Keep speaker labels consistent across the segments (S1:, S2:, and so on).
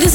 S1: this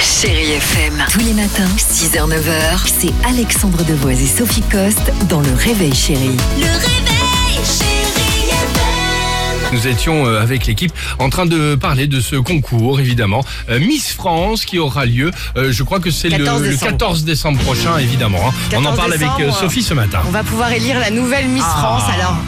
S2: Chérie FM, tous les matins, 6h-9h, c'est Alexandre Devoise et Sophie Coste dans Le Réveil Chérie.
S1: Le réveil, Chérie FM.
S3: Nous étions euh, avec l'équipe en train de parler de ce concours, évidemment. Euh, Miss France qui aura lieu, euh, je crois que c'est le,
S4: 14
S3: le
S4: décembre.
S3: 14 décembre prochain, évidemment. hein. On en
S4: 14
S3: parle avec euh,
S4: décembre.
S3: Sophie ce matin.
S4: On va pouvoir élire la nouvelle Miss
S3: Ah.
S4: France. Alors,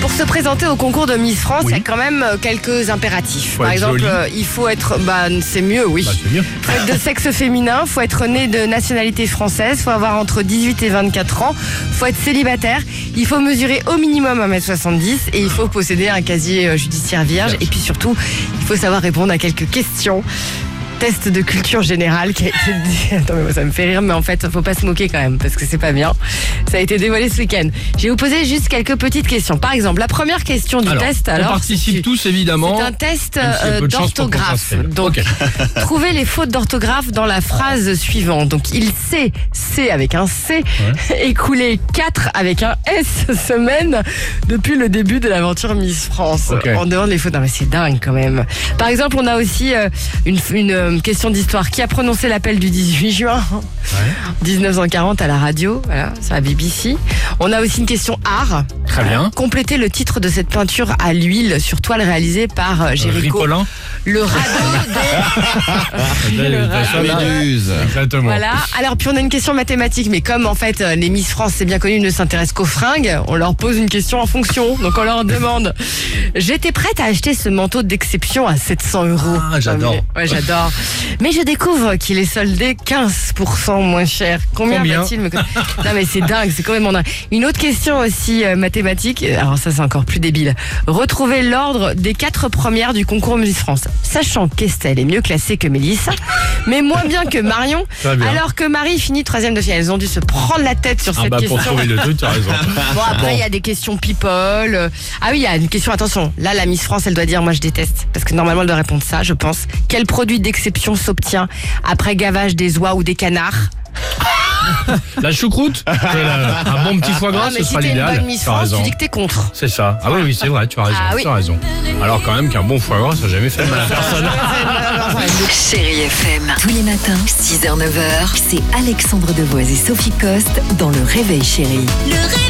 S4: pour se présenter au concours de Miss France, il
S3: Oui.
S4: y a quand même euh, quelques impératifs.
S3: Faut
S4: Par
S3: être
S4: exemple,
S3: jolie.
S4: euh, il faut être. Bah, c'est mieux, oui.
S3: Bah, c'est mieux.
S4: faut être de sexe féminin, faut être né de nationalité française, faut avoir entre 18 et 24 ans, faut être célibataire, il faut mesurer au minimum 1m70 et il faut posséder un casier euh, judiciaire vierge. Et puis surtout, il faut savoir répondre à quelques questions. Test de culture générale qui a été. dé- Attends, mais moi, ça me fait rire, mais en fait, faut pas se moquer quand même, parce que c'est pas bien. Ça a été dévoilé ce week-end. Je vais vous poser juste quelques petites questions. Par exemple, la première question du
S3: Alors,
S4: test,
S3: on
S4: alors.
S3: participe
S4: si tu-
S3: tous, évidemment.
S4: c'est un test
S3: Même s'il y a
S4: euh,
S3: peu de chances pour qu'on
S4: d'orthographe.
S3: s'inscrive.
S4: Donc,
S3: Ok.
S4: trouvez les fautes d'orthographe dans la phrase suivante. Donc, il sait, C avec un C, écoulé 4 avec un S semaine depuis le début de l'aventure Miss France.
S3: Ok.
S4: En dehors des fautes, non mais c'est dingue quand même. Par exemple, on a aussi euh, une, une, euh, question d'histoire. Qui a prononcé l'appel du 18 juin 1940 à la radio, voilà, sur la BBC. On a aussi une question art.
S3: Très bien.
S4: Complétez le titre de cette peinture à l'huile sur toile réalisée par euh, Géricault.
S3: Ripollin.
S4: Le radeau de...
S5: Méduse.
S3: Exactement.
S4: Voilà. Alors, puis on a une question mathématique, mais comme en fait euh, les Miss France, c'est bien connu, ne s'intéressent qu'aux fringues, on leur pose une question en fonction. Donc on leur demande J'étais prête à acheter ce manteau d'exception à 700 euros.
S3: Ah, j'adore.
S4: Ouais, mais- Ouais, j'adore. mais je découvre qu'il est soldé 15% moins cher. Combien,
S3: Combien
S4: va-t-il me co- Non, mais c'est dingue, c'est quand même dingue. Une autre question aussi euh, mathématique. Alors, ça, c'est encore plus débile. Retrouvez l'ordre des quatre premières du concours Miss France. Sachant qu'Estelle est mieux classée que Mélissa, mais moins bien que Marion,
S3: Très bien.
S4: alors que Marie finit troisième de finale. Elles ont dû se prendre la tête sur
S3: Ah
S4: cette
S3: bah
S4: question.
S3: pour trouver le truc, t'as raison.
S4: Bon, après, il y a des questions people. euh, Ah oui, il y a une question, attention. Là, la Miss France, elle doit dire, moi, je déteste. Parce que normalement, elle doit répondre ça, je pense. Quel produit d'exception s'obtient après gavage des oies ou des canards
S3: La choucroute, c'est la- un bon petit foie gras,
S4: Ah, mais
S3: ce
S4: si
S3: sera
S4: t'es une
S3: l'idéal.
S4: bonne Miss
S3: T'as
S4: France,
S3: raison.
S4: tu dis que t'es contre.
S3: C'est ça. Ah oui, oui, c'est vrai, tu as raison.
S4: Ah oui.
S3: Tu as raison. Alors quand même qu'un bon foie gras, ça n'a jamais fait de mal à personne.
S2: Chérie FM, tous les matins, 6h-9h, c'est Alexandre Devoise et Sophie Coste dans Le Réveil Chérie.
S1: Le réveil.